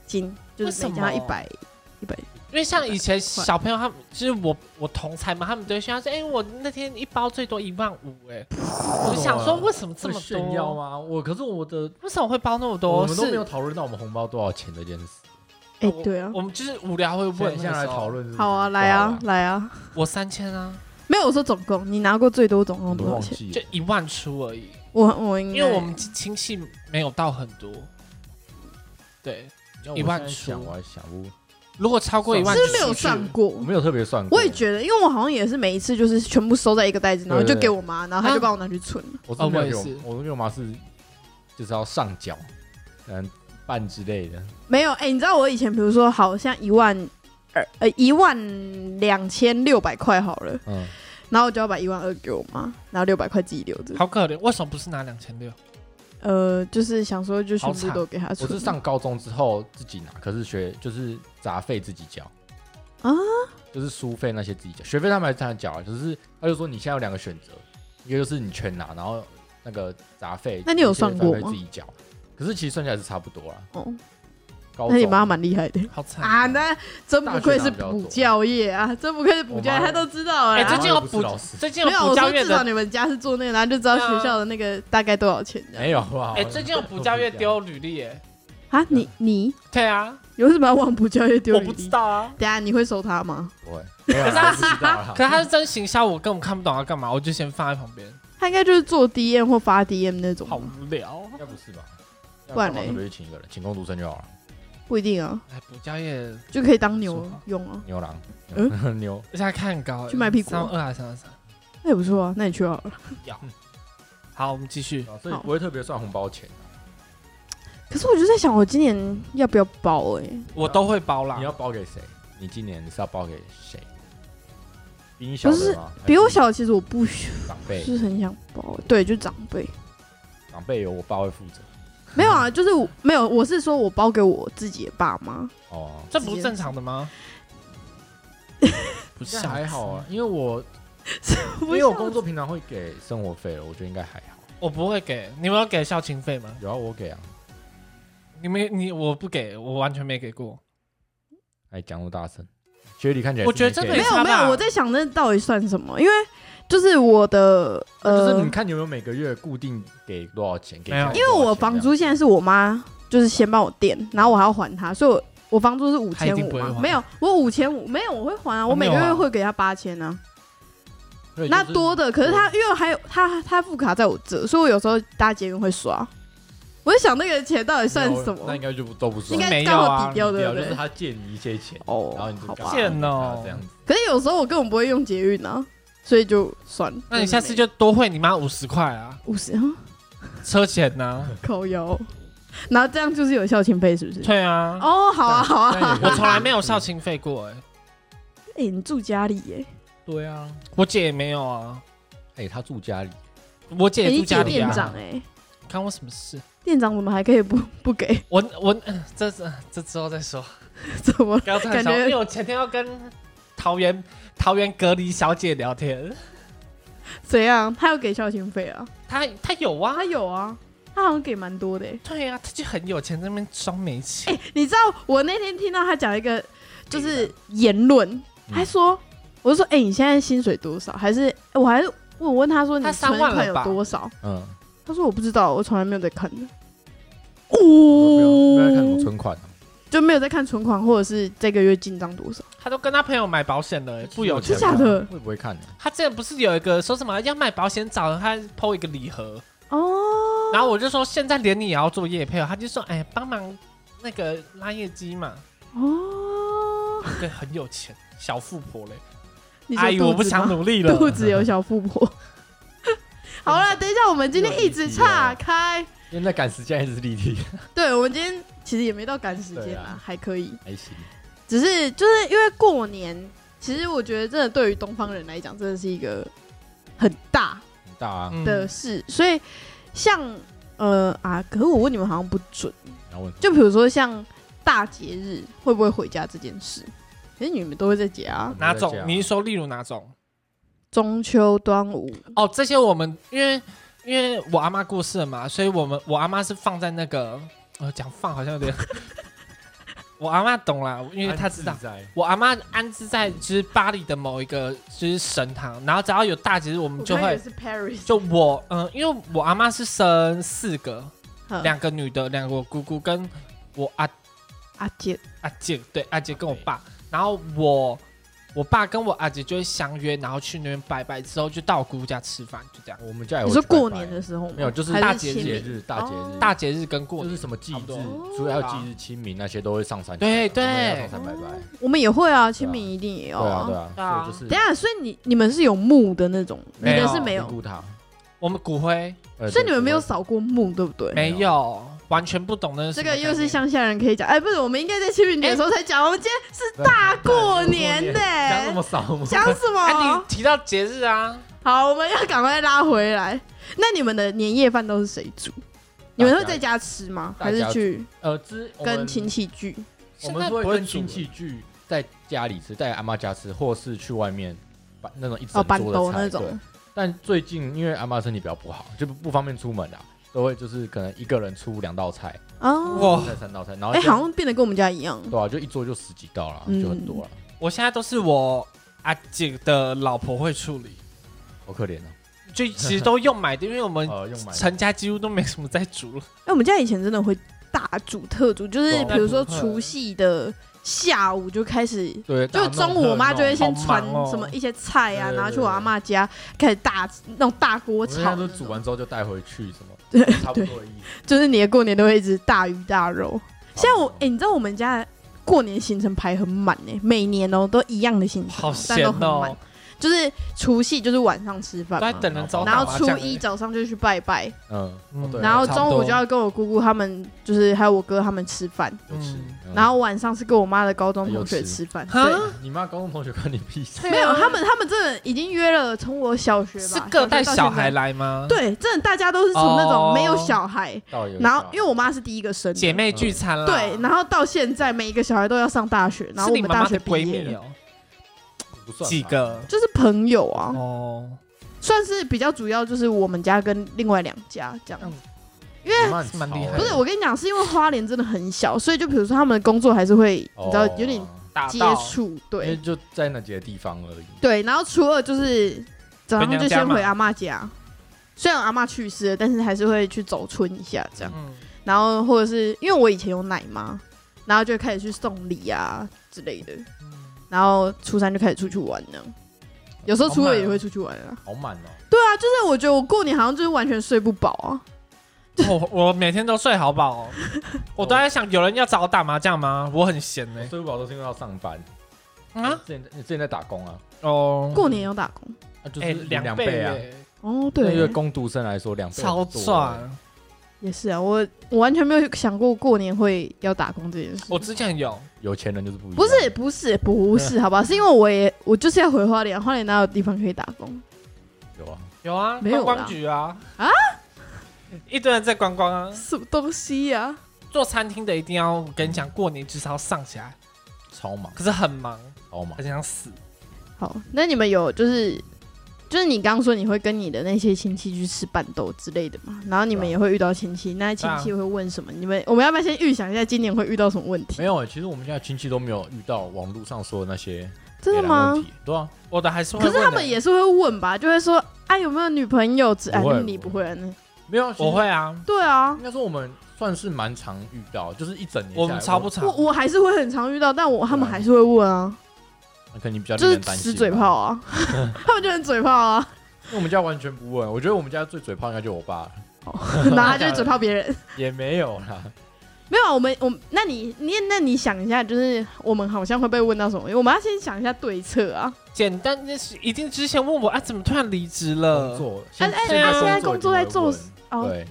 [SPEAKER 1] 金，就是每家
[SPEAKER 3] 为什
[SPEAKER 1] 一
[SPEAKER 3] 么哦
[SPEAKER 1] 百一百，
[SPEAKER 3] 因为像以前小朋友他们，就是我我同才们，他们都会说，他说，哎、我那天一包最多一万五，哎，我就想说为什么这
[SPEAKER 2] 这
[SPEAKER 3] 么
[SPEAKER 2] 么
[SPEAKER 3] 多？
[SPEAKER 2] 炫耀吗？我可是我的，
[SPEAKER 3] 为什么会包那么
[SPEAKER 2] 我
[SPEAKER 3] 多？
[SPEAKER 2] 们都没有
[SPEAKER 3] 是，
[SPEAKER 2] 讨论到我们红包多少钱这件事。
[SPEAKER 1] 哎、
[SPEAKER 3] 我
[SPEAKER 1] 对啊，
[SPEAKER 3] 我们就是无聊会问
[SPEAKER 2] 现在来讨，论是不是。
[SPEAKER 1] 好啊，来啊，
[SPEAKER 2] 不
[SPEAKER 1] 来啊，
[SPEAKER 3] 那时候我三千啊，
[SPEAKER 1] 没有我说总共，你拿过最多总
[SPEAKER 2] 好啊，
[SPEAKER 1] 共
[SPEAKER 2] 我都
[SPEAKER 1] 多少
[SPEAKER 2] 忘
[SPEAKER 1] 钱？
[SPEAKER 2] 记
[SPEAKER 3] 就
[SPEAKER 2] 了。
[SPEAKER 3] 一万出而已。
[SPEAKER 1] 我我应该
[SPEAKER 3] 因为我们亲戚没有到很多，对，
[SPEAKER 2] 要我
[SPEAKER 3] 一万
[SPEAKER 2] 现在
[SPEAKER 3] 出
[SPEAKER 2] 想我还想不，
[SPEAKER 3] 如果超过一万
[SPEAKER 1] 是啊
[SPEAKER 3] 就
[SPEAKER 1] 不是没有
[SPEAKER 3] 出去
[SPEAKER 1] 算过
[SPEAKER 2] 我。没有特别算过。
[SPEAKER 1] 我也觉得，因为我好像也是每一次就是全部收在一个袋子，然后
[SPEAKER 2] 对
[SPEAKER 1] 就
[SPEAKER 2] 对对
[SPEAKER 1] 给我妈，然后她
[SPEAKER 3] 啊
[SPEAKER 1] 就帮我拿去存了。
[SPEAKER 2] 我是没有
[SPEAKER 3] 哦我
[SPEAKER 2] 给
[SPEAKER 3] 也是
[SPEAKER 2] 我，我给我妈是就是要上缴，嗯，半之类的。
[SPEAKER 1] 没有，哎、你知道我以前比如说好像一万二呃一万两千六百块好了，
[SPEAKER 2] 嗯，
[SPEAKER 1] 然后我就要把一万二给我妈，然后六百块自己留着。
[SPEAKER 3] 好可怜，为什么不是拿两千六？
[SPEAKER 1] 呃，就是想说就全
[SPEAKER 3] 好
[SPEAKER 1] 部
[SPEAKER 3] 惨
[SPEAKER 1] 都给她
[SPEAKER 2] 我
[SPEAKER 1] 存。
[SPEAKER 2] 是上高中之后自己拿，可是学就是杂费自己交
[SPEAKER 1] 啊，
[SPEAKER 2] 就是书费那些自己交，学费他们还是他缴啊。就是他就说你现在有两个选择，一个就是你全拿，然后那个杂费，
[SPEAKER 1] 那你有算过吗
[SPEAKER 2] 学费自己缴，可是其实算起来是差不多啦。
[SPEAKER 1] 哦，
[SPEAKER 2] 高
[SPEAKER 1] 那
[SPEAKER 2] 中
[SPEAKER 1] 你妈蛮厉害的
[SPEAKER 3] 好惨
[SPEAKER 1] 啊！那真不愧是补教业啊，真不愧是补教业，
[SPEAKER 2] 我妈
[SPEAKER 1] 她都知道
[SPEAKER 3] 哎、
[SPEAKER 1] 哎、
[SPEAKER 2] 啊
[SPEAKER 3] 最近有
[SPEAKER 2] 我妈又
[SPEAKER 3] 补
[SPEAKER 2] 不是老师，
[SPEAKER 3] 最近有
[SPEAKER 1] 没有，
[SPEAKER 3] 补
[SPEAKER 1] 我
[SPEAKER 3] 教
[SPEAKER 1] 说
[SPEAKER 3] 院
[SPEAKER 1] 至少
[SPEAKER 3] 的，
[SPEAKER 1] 你们家是做那个，然后就知道
[SPEAKER 3] 对啊
[SPEAKER 1] 学校的那个大概多少钱这样
[SPEAKER 2] 没有啊好不好？
[SPEAKER 3] 哎、最近有补教院
[SPEAKER 2] (laughs)
[SPEAKER 3] 丢履历，哎，
[SPEAKER 1] 啊？你你
[SPEAKER 3] 对啊，
[SPEAKER 1] 有什么要往补教业丢？
[SPEAKER 3] 我不知。道啊。
[SPEAKER 1] 等一下你会收他吗？
[SPEAKER 2] 不会，没有啦，我不知道啦
[SPEAKER 3] 可是他是真行销，我根本看不懂要干嘛，我就先放在旁边，
[SPEAKER 1] 他应该就是做 DM 或发 DM 那种吧
[SPEAKER 3] 好，无聊。
[SPEAKER 2] 应该不是吧？
[SPEAKER 1] 不然嘞
[SPEAKER 2] 要干嘛特别去请一个人，请工读生就好了。
[SPEAKER 1] 不一定啊，
[SPEAKER 3] 哎，补教业，
[SPEAKER 1] 就可以当牛用啊，
[SPEAKER 2] 牛郎，嗯， (laughs) 牛，
[SPEAKER 3] 而且还看很高，哎
[SPEAKER 1] 去卖屁股
[SPEAKER 3] 三万二还是三万三？
[SPEAKER 1] 那也不错啊。那你去好了。
[SPEAKER 3] 好，我们继续。
[SPEAKER 2] 啊所以不会特别算红包钱。
[SPEAKER 1] 可是我就在想，我今年要不要包哎、
[SPEAKER 3] 我都会包啦
[SPEAKER 2] 你，要包给谁？你今年是要包给谁？比你小
[SPEAKER 1] 不是
[SPEAKER 2] 的吗？还是
[SPEAKER 1] 比我小，其实我不是
[SPEAKER 2] 长辈，
[SPEAKER 1] 很想包，欸对，就长辈。
[SPEAKER 2] 长辈有我爸会负责。
[SPEAKER 1] 没有啊，就是我没有，我是说我包给我自己的爸妈。
[SPEAKER 2] 哦，
[SPEAKER 3] 这不是正常的
[SPEAKER 1] (laughs)
[SPEAKER 3] 吗？不
[SPEAKER 2] 这
[SPEAKER 3] 是
[SPEAKER 2] 样还好啊，因为我因
[SPEAKER 1] 不
[SPEAKER 2] 为我工作平常会给生活费了，我觉得应该还好。
[SPEAKER 3] 我不会给，你们有给校庆费吗？
[SPEAKER 2] 有啊，我给啊，
[SPEAKER 3] 你们你我不给，我完全没给过。
[SPEAKER 2] 哎，讲那么大声，学历看起来
[SPEAKER 3] 我觉得
[SPEAKER 2] 是
[SPEAKER 3] 这
[SPEAKER 2] 没
[SPEAKER 3] 个
[SPEAKER 2] 给
[SPEAKER 1] 没
[SPEAKER 3] 也
[SPEAKER 2] 的
[SPEAKER 3] 是
[SPEAKER 1] 有没有，我在想那到底算什么？因为就是我的
[SPEAKER 2] 就是
[SPEAKER 1] 呃
[SPEAKER 2] 你，看你有没有每个月固定给多少钱？给
[SPEAKER 3] 没有
[SPEAKER 2] 家里
[SPEAKER 1] 因为
[SPEAKER 2] 多少
[SPEAKER 1] 我
[SPEAKER 2] 钱
[SPEAKER 1] 房
[SPEAKER 2] 这
[SPEAKER 1] 租
[SPEAKER 2] 样
[SPEAKER 1] 现在是我妈就是先帮我垫，然后我还要还他，所以我我房租是五
[SPEAKER 3] 他一
[SPEAKER 1] 千
[SPEAKER 3] 定
[SPEAKER 1] 五
[SPEAKER 3] 不会
[SPEAKER 1] 嘛，
[SPEAKER 3] 还
[SPEAKER 1] 没有，我五千五没有，我会还啊，我每个
[SPEAKER 3] 没有
[SPEAKER 1] 月
[SPEAKER 3] 啊
[SPEAKER 1] 会给他八千啊，
[SPEAKER 2] 所以就
[SPEAKER 1] 那
[SPEAKER 2] 是
[SPEAKER 1] 多的，可是他因为还有他他副卡在我这，所以我有时候搭捷运会刷，我在想那个钱到底算什
[SPEAKER 2] 那
[SPEAKER 1] 么
[SPEAKER 2] 应？该就不都不算，
[SPEAKER 1] 应该
[SPEAKER 3] 没
[SPEAKER 1] 刚
[SPEAKER 3] 有
[SPEAKER 1] 好
[SPEAKER 3] 啊
[SPEAKER 1] 抵掉
[SPEAKER 2] 对
[SPEAKER 1] 对
[SPEAKER 2] 啊，
[SPEAKER 1] 不
[SPEAKER 2] 就是
[SPEAKER 1] 对？
[SPEAKER 2] 他借你一些钱，
[SPEAKER 1] 哦
[SPEAKER 2] 然后你就
[SPEAKER 1] 好
[SPEAKER 2] 干嘛
[SPEAKER 1] 吧。
[SPEAKER 3] 贱哦 (laughs)
[SPEAKER 2] 这样子，
[SPEAKER 1] 可是有时候我根本不会用捷运啊，所以就算了。
[SPEAKER 3] 那你下次就多汇你妈五十块啊，
[SPEAKER 1] 五十啊
[SPEAKER 3] 车钱啊呐、
[SPEAKER 1] 口油，然后这样就是有孝亲费，是不是？
[SPEAKER 3] 对啊，
[SPEAKER 1] 哦，好啊，好啊。
[SPEAKER 3] 我从来没有校庆费过哎、
[SPEAKER 1] 哎、你住家里耶、
[SPEAKER 2] 对啊，
[SPEAKER 3] 我姐也没有啊，
[SPEAKER 2] 哎，他住家里，
[SPEAKER 3] 我姐
[SPEAKER 1] 哎
[SPEAKER 3] 也
[SPEAKER 1] 你
[SPEAKER 3] 住家
[SPEAKER 1] 姐
[SPEAKER 3] 里
[SPEAKER 1] 店
[SPEAKER 3] 啊，
[SPEAKER 1] 长哎、
[SPEAKER 3] 看我什么事？
[SPEAKER 1] 店长怎么还可以不不给？ (laughs)
[SPEAKER 3] 我我、嗯这这这之后再说。
[SPEAKER 1] 怎么？
[SPEAKER 3] 刚才
[SPEAKER 1] 感觉
[SPEAKER 3] 想因为我前天要跟桃园桃园隔离小姐聊天，
[SPEAKER 1] 怎样？他有给孝亲费啊？
[SPEAKER 3] 她她有啊
[SPEAKER 1] 他，有啊，他好像给蛮多的、欸。
[SPEAKER 3] 对啊，她就很有钱，在那边装没
[SPEAKER 1] 哎、
[SPEAKER 3] 钱。
[SPEAKER 1] 你知道我那天听到他讲一个就是言论，
[SPEAKER 2] 嗯
[SPEAKER 1] 他说，我就说，哎、你现在薪水多少？还是欸我还是我问他说你
[SPEAKER 3] 他三
[SPEAKER 1] 存
[SPEAKER 3] 万了
[SPEAKER 1] 款有
[SPEAKER 3] 吧
[SPEAKER 1] 多少？
[SPEAKER 2] 嗯，
[SPEAKER 1] 他说我不知道，我从来没有在看的。
[SPEAKER 2] 没有没有在看什么
[SPEAKER 1] 哦，
[SPEAKER 2] 存款啊，
[SPEAKER 1] 就没有在看存款或者是这个月进账多少，
[SPEAKER 3] 她都跟她朋友买保险了、欸不有
[SPEAKER 2] 钱
[SPEAKER 3] 钱
[SPEAKER 1] 真。假的？
[SPEAKER 2] 会不会看呢？
[SPEAKER 3] 她之前不是有一个说什么要买保险找人，她抛一个礼盒，
[SPEAKER 1] 哦，
[SPEAKER 3] 然后我就说现在连你也要做业配哦，她就说哎帮忙那个拉业绩嘛，
[SPEAKER 1] 哦，
[SPEAKER 3] 对，很有钱，小富婆嘞。
[SPEAKER 1] (laughs) 你说
[SPEAKER 3] 阿哎姨，我
[SPEAKER 1] 肚
[SPEAKER 3] 不
[SPEAKER 1] 子吗
[SPEAKER 3] 想努力
[SPEAKER 1] 肚
[SPEAKER 3] 了。
[SPEAKER 1] 子有小富婆。好了，等一下，我们今天一直岔开。
[SPEAKER 2] 因为那赶时间还是立体，
[SPEAKER 1] 对，我们今天其实也没到赶时间
[SPEAKER 2] 对
[SPEAKER 1] 啦，
[SPEAKER 2] 啊
[SPEAKER 1] 还可以。
[SPEAKER 2] 还行，
[SPEAKER 1] 只是就是因为过年，其实我觉得真的对于东方人来讲，真的是一个很大
[SPEAKER 2] 很大啊。
[SPEAKER 3] 嗯
[SPEAKER 1] 的事。所以像呃啊，可是我问你们好像不准。
[SPEAKER 2] 然后问
[SPEAKER 1] 就比如说像大节日会不会回家这件事，其实你们都会在家、啊。
[SPEAKER 3] 哪
[SPEAKER 2] 我
[SPEAKER 3] 种
[SPEAKER 2] 们在？家
[SPEAKER 3] 你是说例如哪种？
[SPEAKER 1] 中秋、端午，
[SPEAKER 3] 哦，这些我们因为因为我阿妈过世了嘛，所以我们我阿妈是放在那个呃讲放好像有点， (laughs) 我阿妈懂啦，因为她知道
[SPEAKER 2] 安置。在
[SPEAKER 3] 我阿妈安置在就是巴黎的某一个就是神堂，然后只要有大节日，我们就会
[SPEAKER 1] 是 Paris
[SPEAKER 3] 就我嗯、因为我阿妈是生四个，
[SPEAKER 1] 嗯
[SPEAKER 3] 两个女的，两个我姑姑跟我阿
[SPEAKER 1] 阿姐
[SPEAKER 3] 阿姐，对阿姐跟我爸，然后我我爸跟我阿姐就会相约，然后去那边拜拜之后，就到我姑姑家吃饭，就这样。
[SPEAKER 2] 我们家有
[SPEAKER 1] 你说
[SPEAKER 2] 去拜拜
[SPEAKER 1] 过年的时候吗
[SPEAKER 2] 没有，就是
[SPEAKER 1] 还
[SPEAKER 3] 大
[SPEAKER 1] 清明
[SPEAKER 3] 节
[SPEAKER 2] 节日、大节
[SPEAKER 1] 哦
[SPEAKER 2] 日、
[SPEAKER 3] 大节日跟过
[SPEAKER 2] 就
[SPEAKER 3] 年
[SPEAKER 2] 是什么祭
[SPEAKER 3] 差
[SPEAKER 2] 日
[SPEAKER 3] 不多，
[SPEAKER 2] 除了要祭日、清明那些都会上山去拜
[SPEAKER 3] 对
[SPEAKER 2] 拜。我们也要
[SPEAKER 3] 对
[SPEAKER 2] 上山拜拜。
[SPEAKER 1] 哦我们也会啊，清明一定也要
[SPEAKER 2] 对啊对
[SPEAKER 1] 啊。
[SPEAKER 2] 啊，
[SPEAKER 3] 对啊
[SPEAKER 2] 所以就是
[SPEAKER 1] 等一下，所以你你们是有墓的那种，你
[SPEAKER 3] 没有
[SPEAKER 1] 的是没
[SPEAKER 2] 灵
[SPEAKER 1] 有，
[SPEAKER 2] 骨塔，
[SPEAKER 3] 我们骨灰
[SPEAKER 2] 呃
[SPEAKER 1] 所以你们没有
[SPEAKER 2] 对
[SPEAKER 1] 扫过墓，对不对？
[SPEAKER 3] 没有，完全不懂的。
[SPEAKER 1] 这个又是乡下人可以讲，哎，不是，我们应该在清明节的时候才讲，我们今天是
[SPEAKER 2] 哎对
[SPEAKER 1] 大过年欸的，
[SPEAKER 2] 讲什么哎扫墓？
[SPEAKER 1] 啊讲什
[SPEAKER 2] (laughs)
[SPEAKER 3] (laughs) 啊，
[SPEAKER 1] 么
[SPEAKER 3] 你？提到节日啊，
[SPEAKER 1] 好，我们要赶快拉回来。那你们的年夜饭都是谁煮？你们会在家吃吗？
[SPEAKER 2] 大
[SPEAKER 1] 还
[SPEAKER 2] 家
[SPEAKER 1] 是去
[SPEAKER 2] 呃，之我
[SPEAKER 1] 跟
[SPEAKER 2] 们
[SPEAKER 1] 亲戚聚？
[SPEAKER 2] 我
[SPEAKER 3] 现
[SPEAKER 2] 们
[SPEAKER 3] 在
[SPEAKER 2] 是会
[SPEAKER 3] 会
[SPEAKER 2] 跟
[SPEAKER 3] 煮
[SPEAKER 2] 亲戚聚在家里吃，在阿妈家吃，或是去外面把那种一
[SPEAKER 1] 哦，
[SPEAKER 2] 整
[SPEAKER 1] 板
[SPEAKER 2] 桌
[SPEAKER 1] 豆
[SPEAKER 2] 的菜。
[SPEAKER 1] 那
[SPEAKER 2] 对
[SPEAKER 1] 种。
[SPEAKER 2] 但最近因为阿妈身体比较不好，就不不方便出门啊，都会就是可能一个人出两道菜，
[SPEAKER 1] 哦，
[SPEAKER 3] 哇
[SPEAKER 2] 菜三道菜，然后
[SPEAKER 1] 哎，
[SPEAKER 2] 就
[SPEAKER 1] 好像变得跟我们家一样。
[SPEAKER 2] 对啊，就一桌就十几道啦，
[SPEAKER 1] 嗯
[SPEAKER 2] 就很多了，
[SPEAKER 3] 我现在都是我阿姐的老婆会处
[SPEAKER 1] (laughs)
[SPEAKER 3] 理，
[SPEAKER 2] 好可怜哦。
[SPEAKER 3] 就其实都用买的，因为我
[SPEAKER 1] 哦
[SPEAKER 3] 们
[SPEAKER 2] 呃，用买的
[SPEAKER 3] 陈嗯家几乎都没什么在煮了。
[SPEAKER 1] 哎，我们家以前真的会大煮特煮，就是
[SPEAKER 2] 哦
[SPEAKER 1] 比如说除夕的下午就开始，
[SPEAKER 2] 对，
[SPEAKER 1] 就
[SPEAKER 2] 大
[SPEAKER 1] 中
[SPEAKER 2] 弄
[SPEAKER 1] 午我妈
[SPEAKER 2] 特弄
[SPEAKER 1] 就会先
[SPEAKER 3] 好
[SPEAKER 1] 传
[SPEAKER 3] 忙哦
[SPEAKER 1] 什么一些菜啊，
[SPEAKER 2] 对对
[SPEAKER 1] 然后去
[SPEAKER 2] 对
[SPEAKER 1] 我阿妈家开始大那种大锅
[SPEAKER 2] 我们家
[SPEAKER 1] 炒
[SPEAKER 2] 都
[SPEAKER 1] 那
[SPEAKER 2] 煮
[SPEAKER 1] 种，
[SPEAKER 2] 完之后就带回去，什么
[SPEAKER 1] 对
[SPEAKER 2] 差不多的意思。
[SPEAKER 1] (laughs) 就是你的过年都会一直大鱼大肉。像我，哎、
[SPEAKER 2] 哎，
[SPEAKER 1] 你知道我们家过年行程排很满呢、每年哦、都一样的行程，
[SPEAKER 3] (laughs) 好
[SPEAKER 1] 但
[SPEAKER 3] 闲
[SPEAKER 1] 都很满
[SPEAKER 3] 哦，，
[SPEAKER 1] 就是除夕就是晚上吃
[SPEAKER 3] 都
[SPEAKER 1] 饭
[SPEAKER 3] 在
[SPEAKER 1] 嘛，
[SPEAKER 3] 等人找
[SPEAKER 1] 嗯然
[SPEAKER 3] 打
[SPEAKER 1] 后
[SPEAKER 3] 麻
[SPEAKER 1] 初
[SPEAKER 3] 将
[SPEAKER 1] 一
[SPEAKER 3] 欸
[SPEAKER 1] 早上就去拜拜，
[SPEAKER 2] 嗯，哦
[SPEAKER 3] 嗯
[SPEAKER 2] 对
[SPEAKER 1] 然后
[SPEAKER 2] 差不多
[SPEAKER 1] 中午就要跟我姑姑他们，就是还有我哥他们吃饭，
[SPEAKER 2] 有吃
[SPEAKER 3] 嗯，
[SPEAKER 2] 嗯
[SPEAKER 1] 然后晚上是跟我妈的高中同学
[SPEAKER 2] 有
[SPEAKER 1] 吃
[SPEAKER 2] 吃
[SPEAKER 1] 饭，
[SPEAKER 3] 哈
[SPEAKER 1] 对。
[SPEAKER 2] 你妈高中同学关你屁事。
[SPEAKER 1] 没有，他们他们真的已经约了，从我小学吧，
[SPEAKER 3] 是各带
[SPEAKER 1] 小学到
[SPEAKER 3] 小
[SPEAKER 1] 现在
[SPEAKER 3] 孩，来吗？，
[SPEAKER 1] 对，真的大家都是从那种
[SPEAKER 3] 哦
[SPEAKER 1] 没有小孩，
[SPEAKER 2] 到底有
[SPEAKER 1] 然后
[SPEAKER 2] 效
[SPEAKER 1] 因为我妈是第一个生的
[SPEAKER 3] 姐妹聚餐啦。
[SPEAKER 1] 对，然后到现在每一个小孩都要上大学，然后
[SPEAKER 3] 是
[SPEAKER 1] 我
[SPEAKER 3] 你
[SPEAKER 1] 们
[SPEAKER 3] 妈妈
[SPEAKER 1] 大学
[SPEAKER 3] 的
[SPEAKER 1] 毕
[SPEAKER 3] 闺
[SPEAKER 1] 业
[SPEAKER 3] 蜜
[SPEAKER 1] 了，
[SPEAKER 3] 哦，
[SPEAKER 2] 不算吧
[SPEAKER 3] 几个
[SPEAKER 1] 就是朋友啊，
[SPEAKER 3] 哦，
[SPEAKER 1] 算是比较主要就是我们家跟另外两家这样
[SPEAKER 3] 嗯。
[SPEAKER 1] 因为
[SPEAKER 2] 你妈很
[SPEAKER 3] 蛮厉害
[SPEAKER 2] 潮欸
[SPEAKER 3] 的
[SPEAKER 1] 不是我跟你讲，是因为花莲真的很小，所以就比如说他们的工作还是会
[SPEAKER 2] 哦
[SPEAKER 1] 你知道有点
[SPEAKER 3] 打
[SPEAKER 1] 接
[SPEAKER 3] 到
[SPEAKER 1] 触，
[SPEAKER 2] 因为
[SPEAKER 1] 对
[SPEAKER 2] 就在那几个地方而已。
[SPEAKER 1] 对，然后初二就是早上
[SPEAKER 3] 回
[SPEAKER 1] 就
[SPEAKER 3] 娘家
[SPEAKER 1] 先
[SPEAKER 3] 嘛
[SPEAKER 1] 回阿妈家，虽然阿妈去世了，但是还是会去走村一下这样。
[SPEAKER 3] 嗯，
[SPEAKER 1] 然后或者是因为我以前有奶妈，然后就开始去送礼啊之类的，
[SPEAKER 3] 嗯
[SPEAKER 1] 然后初三就开始出去玩这样。有时候初二也会出去玩啊，
[SPEAKER 2] 好满哦。
[SPEAKER 1] 对啊，就是我觉得我过年好像就是完全睡不饱啊，
[SPEAKER 3] 我哦我每天都睡好饱、
[SPEAKER 1] (laughs)
[SPEAKER 3] 哦，我都在想有人要找我打麻将吗？我很闲呢、
[SPEAKER 2] 睡不饱都是因为要上班
[SPEAKER 3] 啊，
[SPEAKER 2] 之前之前在打工啊，
[SPEAKER 3] 哦，
[SPEAKER 1] 哦过年有打工
[SPEAKER 2] 啊就
[SPEAKER 3] 哎
[SPEAKER 2] 是
[SPEAKER 3] 两
[SPEAKER 2] 倍啊。
[SPEAKER 3] 耶
[SPEAKER 1] 哦，
[SPEAKER 2] 对，因为
[SPEAKER 1] 对，
[SPEAKER 2] 工读生来说，两倍
[SPEAKER 3] 超
[SPEAKER 2] 很多啊
[SPEAKER 3] 赚。
[SPEAKER 1] 也是啊，我我完全没有想过过年会要打工这件事。
[SPEAKER 3] 我之前有，
[SPEAKER 2] 有钱人就是不一样。
[SPEAKER 1] 不是不是不
[SPEAKER 3] 嗯
[SPEAKER 1] 是，好吧，是因为我也我就是要回花莲，花莲哪有地方可以打工？
[SPEAKER 2] 有啊，
[SPEAKER 3] 有啊，
[SPEAKER 1] 没有啦
[SPEAKER 3] 观光局啊
[SPEAKER 1] 啊，
[SPEAKER 3] 一堆人在观光啊，
[SPEAKER 1] 什么东西呀、
[SPEAKER 3] 做餐厅的一定要，我跟你讲，过年至少要上起来，
[SPEAKER 2] 超忙
[SPEAKER 3] 可是很忙，
[SPEAKER 2] 超忙
[SPEAKER 3] 很。想死。
[SPEAKER 1] 好，那你们有就是就是你刚说你会跟你的那些亲戚去吃板豆之类的嘛？然后你们
[SPEAKER 2] 对啊
[SPEAKER 1] 也会遇到亲戚，那亲戚会问什么？你们我们要不要先预想一下今年会遇到什么问题
[SPEAKER 2] 没？有欸，其实我们现在亲戚都没有遇到网络上说的那些
[SPEAKER 1] 真的
[SPEAKER 2] 北兰
[SPEAKER 1] 吗
[SPEAKER 2] 问？题？对啊，
[SPEAKER 3] 我的还是会
[SPEAKER 1] 可
[SPEAKER 3] 问
[SPEAKER 1] 是
[SPEAKER 3] 的，
[SPEAKER 1] 他们也是会问吧，就会说啊有没有女朋友之？哎
[SPEAKER 2] 不会，
[SPEAKER 1] 你不会啊？那
[SPEAKER 2] 没有，其实
[SPEAKER 3] 我会啊，
[SPEAKER 1] 对啊
[SPEAKER 2] 应，该说我们算是蛮常遇到，就是一整年下
[SPEAKER 3] 我们
[SPEAKER 2] 来
[SPEAKER 3] 超不，长
[SPEAKER 1] 我，我还是会很常遇到，但我他们
[SPEAKER 2] 啊对啊
[SPEAKER 1] 还是会问啊，
[SPEAKER 2] 我可能你比较
[SPEAKER 1] 就
[SPEAKER 2] 令
[SPEAKER 1] 是
[SPEAKER 2] 人担
[SPEAKER 1] 吃
[SPEAKER 2] 心
[SPEAKER 1] 嘴
[SPEAKER 2] 吧
[SPEAKER 1] 炮，啊， (laughs) 他们就很嘴炮
[SPEAKER 2] (laughs)
[SPEAKER 1] 啊，
[SPEAKER 2] 因为我们家完全不问。我觉得我们家最嘴炮应该就我爸了，
[SPEAKER 1] 然后他就会嘴炮别人。
[SPEAKER 2] 也没有啦。
[SPEAKER 1] 没有，啊我们我们那你你那你想一下，就是我们好像会被问到什么？我们要先想一下对策啊。
[SPEAKER 3] 简单，那是一定之前问我啊，怎么突然离职
[SPEAKER 2] 工
[SPEAKER 3] 了？
[SPEAKER 2] 作，现
[SPEAKER 1] 哎
[SPEAKER 3] 哎
[SPEAKER 2] 在
[SPEAKER 1] 现在工作
[SPEAKER 2] 工作
[SPEAKER 1] 在
[SPEAKER 2] 一定会
[SPEAKER 1] 做
[SPEAKER 2] 问
[SPEAKER 1] 哦，
[SPEAKER 2] 对，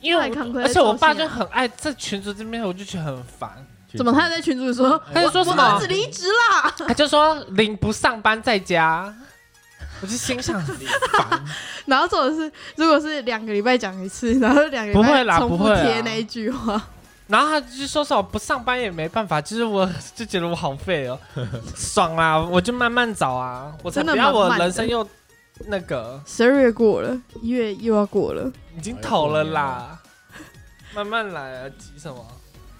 [SPEAKER 3] 因为
[SPEAKER 1] 太坎坷
[SPEAKER 3] 我
[SPEAKER 1] 了
[SPEAKER 3] 而且我爸
[SPEAKER 1] 这种
[SPEAKER 3] 就
[SPEAKER 1] 事
[SPEAKER 3] 很爱在群组这边，我就觉得很烦。
[SPEAKER 1] 怎么他还在群主说？啊
[SPEAKER 3] 他就说什么
[SPEAKER 1] 我只哦离职啦，
[SPEAKER 3] 他就说领不上班在家，我就心想烦，
[SPEAKER 1] 然后或者是如果是两个礼拜讲一次，然后两个礼
[SPEAKER 3] 不会啦
[SPEAKER 1] 拜重
[SPEAKER 3] 不
[SPEAKER 1] 复
[SPEAKER 3] 会啦
[SPEAKER 1] 贴那一句话，
[SPEAKER 3] 然后他就说什么不上班也没办法，就是我 (laughs) 就觉得我好废哦，爽啦，我就慢慢找啊，我才
[SPEAKER 1] 真的
[SPEAKER 3] 不要
[SPEAKER 1] 蛮
[SPEAKER 3] 我
[SPEAKER 1] 慢的
[SPEAKER 3] 人生又那个
[SPEAKER 1] 十二月过了，一月又要过了，
[SPEAKER 3] 已经投了啦，慢慢来啊，急什么？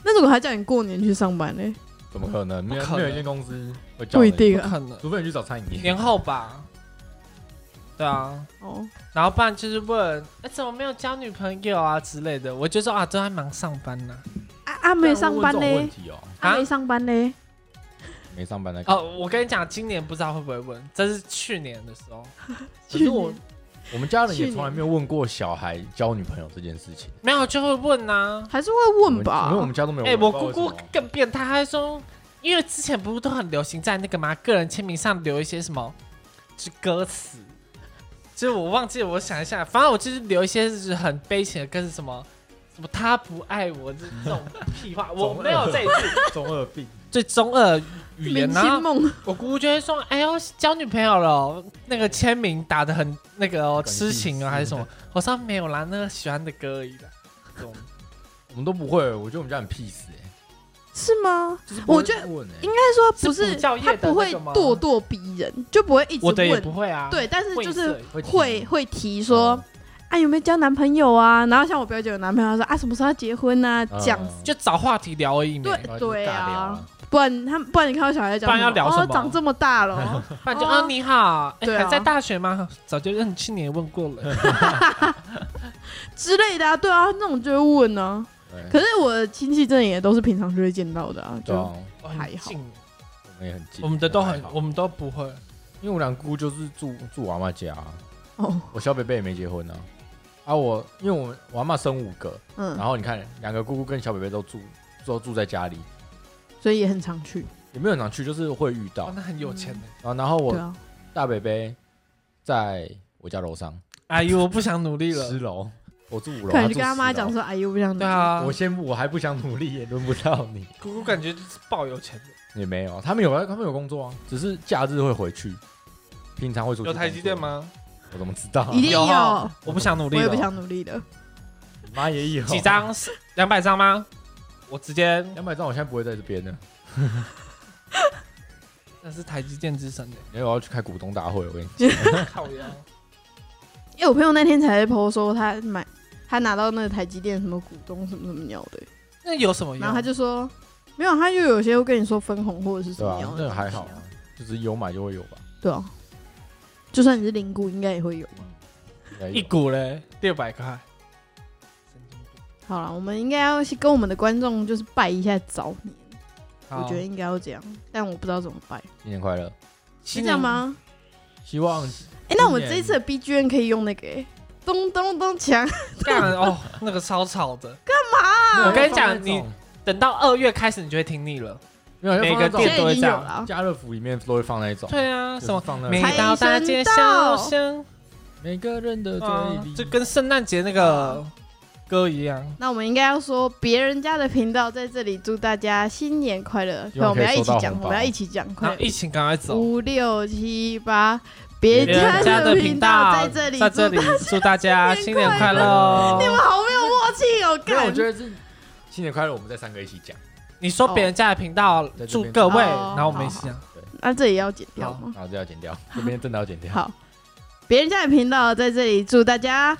[SPEAKER 1] 那如果他叫你过年去上班呢？
[SPEAKER 2] 怎么可能？没
[SPEAKER 3] 不可
[SPEAKER 2] 有没
[SPEAKER 3] 能
[SPEAKER 2] 有一间公司会叫
[SPEAKER 1] 不一
[SPEAKER 2] 你，
[SPEAKER 1] 定
[SPEAKER 3] 不
[SPEAKER 1] 啊。
[SPEAKER 3] 可能，
[SPEAKER 2] 除非你去找餐饮
[SPEAKER 3] 年
[SPEAKER 2] 业。
[SPEAKER 3] 后吧，对啊，
[SPEAKER 1] 哦，
[SPEAKER 3] 然后不然就是问，哎、怎么没有交女朋友啊之类的，我就说啊，都在忙上班呢、
[SPEAKER 1] 啊啊没上班
[SPEAKER 2] 问这种问
[SPEAKER 1] 呢？
[SPEAKER 2] 题哦，
[SPEAKER 1] 啊
[SPEAKER 3] 啊
[SPEAKER 1] 没上班呢？
[SPEAKER 2] 没上班那个。啊
[SPEAKER 3] 哦，我跟你讲，今年不知道会不会问，这是去年的时候，
[SPEAKER 2] 可是
[SPEAKER 1] 去
[SPEAKER 2] 我
[SPEAKER 1] 年
[SPEAKER 2] 我们家人
[SPEAKER 1] 去
[SPEAKER 2] 也
[SPEAKER 1] 年
[SPEAKER 2] 从来没有问过小孩交女朋友这件事情，
[SPEAKER 3] 没有就会问啊呐、
[SPEAKER 1] 还是会
[SPEAKER 2] 我
[SPEAKER 1] 问
[SPEAKER 2] 们
[SPEAKER 1] 吧
[SPEAKER 2] 因为我？们家都没有
[SPEAKER 3] 啊。
[SPEAKER 2] 问。
[SPEAKER 3] 哎、我
[SPEAKER 2] 不知道
[SPEAKER 3] 姑
[SPEAKER 2] 为
[SPEAKER 3] 姑
[SPEAKER 2] 什么
[SPEAKER 3] 更变态，她还说，因为之前不是都很流行在那个嘛个人签名上留一些什么，就是歌词，就是我忘记了，我想一下，反正我就是留一些就是很悲情的歌词，什么什么他不爱我这种屁话，我没有这一句，
[SPEAKER 2] 中二病，
[SPEAKER 3] 最中二语言
[SPEAKER 1] 明
[SPEAKER 3] 呢、
[SPEAKER 1] 星梦
[SPEAKER 3] 我姑姑就会说：“哎呦，交女朋友了哦，那个签名打的很那个哦，
[SPEAKER 2] 管
[SPEAKER 3] 痴情
[SPEAKER 2] 屁
[SPEAKER 3] 啊
[SPEAKER 2] 事
[SPEAKER 3] 还是什么？”我说：“没有啦，那个喜欢的歌而已啦。这种
[SPEAKER 2] 我们都不会。我觉得我们家很 peace 哎，
[SPEAKER 1] 是吗？
[SPEAKER 2] 就是不会
[SPEAKER 1] 我觉得
[SPEAKER 2] 问哎
[SPEAKER 1] 应，该说不
[SPEAKER 3] 是
[SPEAKER 1] 是，
[SPEAKER 3] 补教
[SPEAKER 1] 他
[SPEAKER 3] 业的
[SPEAKER 1] 不会
[SPEAKER 3] 那个吗
[SPEAKER 1] 咄咄逼人，就不 (laughs) 会一”直
[SPEAKER 3] 我
[SPEAKER 1] 问。
[SPEAKER 3] 的也不会啊，
[SPEAKER 1] 对，但是
[SPEAKER 3] 问一
[SPEAKER 1] 就
[SPEAKER 3] 次
[SPEAKER 1] 是
[SPEAKER 3] 而已，
[SPEAKER 1] 会会提说，
[SPEAKER 2] 嗯
[SPEAKER 1] 啊有没有交男朋友啊？然后像我表姐有男朋友，她说啊什么时候要结婚啊？
[SPEAKER 2] 嗯
[SPEAKER 1] 这样子，
[SPEAKER 3] 就找话题聊而已嘛。
[SPEAKER 1] 对
[SPEAKER 2] 然后就
[SPEAKER 1] 对
[SPEAKER 2] 尬聊
[SPEAKER 1] 啊，，不然他们不然你看到小孩在讲
[SPEAKER 3] 不然要
[SPEAKER 1] 什么
[SPEAKER 3] 聊什
[SPEAKER 1] 哦
[SPEAKER 3] 么
[SPEAKER 1] 长这么大了，
[SPEAKER 3] 不然就
[SPEAKER 1] 哦
[SPEAKER 3] 啊你好，哎
[SPEAKER 1] 对啊
[SPEAKER 3] 还在大学吗？早就认去年问过了。
[SPEAKER 1] 之类的啊，对啊，那种就会问呢、
[SPEAKER 2] 对
[SPEAKER 1] 可是我的亲戚真的也都是平常就会见到的啊，
[SPEAKER 2] 对
[SPEAKER 1] 就
[SPEAKER 2] 啊，
[SPEAKER 3] 哦
[SPEAKER 1] 还好
[SPEAKER 3] 很近
[SPEAKER 2] 我们也很近，
[SPEAKER 3] 我们的都很
[SPEAKER 2] 还，好
[SPEAKER 3] 我们都不会。
[SPEAKER 2] 因为我两姑姑就是住住我阿妈家啊，
[SPEAKER 1] 哦，
[SPEAKER 2] 我小北北也没结婚呢。啊，我因为我们我阿妈生五个，然
[SPEAKER 1] 嗯，
[SPEAKER 2] 后你看两个姑姑跟小北北都住都住在家里，
[SPEAKER 1] 所以也很常去，
[SPEAKER 2] 也没有很常去，就是会遇到
[SPEAKER 3] 哦，。那很有钱呢。
[SPEAKER 2] 然后然后
[SPEAKER 1] 对
[SPEAKER 2] 我
[SPEAKER 1] 啊，
[SPEAKER 2] 大北北在我家楼上
[SPEAKER 3] 哎呦，我不想努力
[SPEAKER 2] 十
[SPEAKER 3] 了。
[SPEAKER 2] 楼，我住五楼，
[SPEAKER 1] 可能
[SPEAKER 2] 她
[SPEAKER 1] 就
[SPEAKER 2] 住
[SPEAKER 1] 跟他妈
[SPEAKER 2] 十楼
[SPEAKER 1] 讲说，哎呦，我不想
[SPEAKER 3] 对啊，
[SPEAKER 2] 我先不，我还不想努力，也轮不到你。
[SPEAKER 3] 姑姑感觉就是爆有钱的，
[SPEAKER 2] (laughs) 也没有，啊他们有他们有工作啊，只是假日会回去，平常会出去。
[SPEAKER 3] 有台积电？吗？
[SPEAKER 2] 我怎么知道、啊？
[SPEAKER 1] 一定
[SPEAKER 3] 有
[SPEAKER 1] 有，
[SPEAKER 3] 我不想努力
[SPEAKER 1] 我
[SPEAKER 3] 了。
[SPEAKER 1] 也不想努力的。
[SPEAKER 2] 你 (laughs) 妈也有
[SPEAKER 3] 几？张？两百张吗？我直接
[SPEAKER 2] 两百张，我现在不会在这边的，
[SPEAKER 3] 那是台积电之神欸的，
[SPEAKER 2] 因为我要去开股东大会。我跟你讲，
[SPEAKER 3] (laughs) 靠腰。
[SPEAKER 1] 因为我朋友那天才在 PO 说他买他拿到那个台积电什么股东什么什么鸟的，
[SPEAKER 2] 哎
[SPEAKER 3] 那有什么用？
[SPEAKER 1] 然后他就说没有，他就有些会跟你说分红或者是什
[SPEAKER 2] 对
[SPEAKER 1] 么
[SPEAKER 2] 啊
[SPEAKER 1] 鸟，
[SPEAKER 2] 那
[SPEAKER 1] 的东西啊、
[SPEAKER 2] 个还好啊，就是有买就会有吧。
[SPEAKER 1] 对啊，就算你是零股，应该也会有。
[SPEAKER 2] 应该有
[SPEAKER 3] 一股嘞六百块，神经病
[SPEAKER 1] 好了，我们应该要去跟我们的观众就是拜一下早年，我觉得应该要这样，但我不知道怎么拜，
[SPEAKER 2] 新年快乐！
[SPEAKER 1] 是这样？吗？
[SPEAKER 2] 希望
[SPEAKER 1] 哎、那我们
[SPEAKER 2] 今
[SPEAKER 1] 这
[SPEAKER 2] 年
[SPEAKER 1] 一次的 B G M 可以用那个、欸、咚咚咚锵，
[SPEAKER 3] 干哦，那个超吵的，
[SPEAKER 2] 没有
[SPEAKER 3] 我跟你
[SPEAKER 2] 啊放
[SPEAKER 3] 讲
[SPEAKER 2] 那种
[SPEAKER 3] 等到二月开始你就会听腻了。
[SPEAKER 2] 没有
[SPEAKER 3] 每
[SPEAKER 2] 每
[SPEAKER 3] 个
[SPEAKER 2] 个
[SPEAKER 1] (laughs) 现
[SPEAKER 3] 店
[SPEAKER 2] 店
[SPEAKER 1] 在已经有了啊。
[SPEAKER 2] 家乐福里面都会放那一种，
[SPEAKER 3] 对啊，
[SPEAKER 2] 就是
[SPEAKER 3] 什么？
[SPEAKER 2] 放那
[SPEAKER 3] 每
[SPEAKER 2] 种
[SPEAKER 1] 没
[SPEAKER 3] 到大街小巷，
[SPEAKER 2] 每个人的嘴
[SPEAKER 3] 啊
[SPEAKER 2] 里，
[SPEAKER 3] 就跟圣诞节那个歌一样。
[SPEAKER 1] 那我们应该要说别人家的频道在这里祝大家新年快乐，
[SPEAKER 2] 希望
[SPEAKER 1] 我们
[SPEAKER 2] 可
[SPEAKER 1] 要
[SPEAKER 2] 以
[SPEAKER 1] 一
[SPEAKER 2] 收
[SPEAKER 1] 起
[SPEAKER 2] 到
[SPEAKER 1] 讲，
[SPEAKER 2] 红
[SPEAKER 1] 我们要
[SPEAKER 2] 包
[SPEAKER 1] 一起讲，
[SPEAKER 3] 然
[SPEAKER 1] 快嗯
[SPEAKER 3] 后疫情赶快走，
[SPEAKER 1] 五六七八，别
[SPEAKER 2] 别人
[SPEAKER 1] 家
[SPEAKER 3] 家
[SPEAKER 1] 的
[SPEAKER 3] 的
[SPEAKER 1] 频
[SPEAKER 3] 频
[SPEAKER 1] 道在
[SPEAKER 3] 道
[SPEAKER 1] 这里，
[SPEAKER 3] 在这里祝大家
[SPEAKER 1] 新
[SPEAKER 3] 新
[SPEAKER 1] 年
[SPEAKER 3] 年
[SPEAKER 1] 快
[SPEAKER 3] 快乐哦。
[SPEAKER 1] 你们好没有默契哦，
[SPEAKER 2] 没有，
[SPEAKER 1] 干
[SPEAKER 2] 我觉得是新年快乐，我们再三个一起讲。
[SPEAKER 3] 你说别人家的频道
[SPEAKER 2] 这边
[SPEAKER 3] 祝各位，
[SPEAKER 1] 哦
[SPEAKER 3] 然后我们一起讲。
[SPEAKER 1] 那这里要剪掉吗？
[SPEAKER 2] 然后这要剪掉，这边真的要剪掉。
[SPEAKER 1] 嗯好，别人家的频道在这里祝大家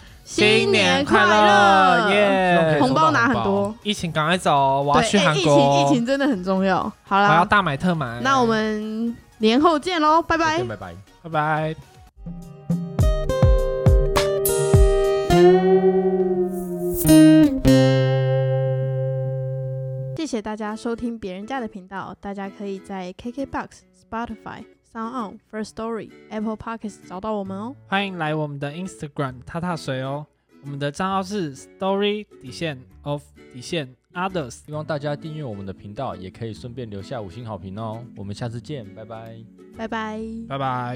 [SPEAKER 1] 年快
[SPEAKER 3] 乐，耶！
[SPEAKER 1] 哎红包拿很多，
[SPEAKER 3] 疫情赶快走，我要去
[SPEAKER 1] 对，哎
[SPEAKER 3] 韩
[SPEAKER 1] 疫情
[SPEAKER 3] 国，
[SPEAKER 1] 疫情真的很重要。好
[SPEAKER 3] 我要
[SPEAKER 1] 啦，
[SPEAKER 3] 大买特买。
[SPEAKER 1] 那我们年后见喽，拜
[SPEAKER 2] 再
[SPEAKER 1] 拜
[SPEAKER 2] 见。拜拜。
[SPEAKER 3] 拜拜。
[SPEAKER 1] 谢谢大家收听别人家的频道，大家可以在 KKBox、Spotify、Sound On、First Story、Apple Podcasts 找到我们哦。
[SPEAKER 3] 欢迎来我们的 Instagram 踏踏水哦，我们的账号是 Story 底线 of 底线 Others。
[SPEAKER 2] 希望大家订阅我们的频道，也可以顺便留下五星好评哦。我们下次见，拜拜。
[SPEAKER 1] 拜拜。
[SPEAKER 3] 拜拜。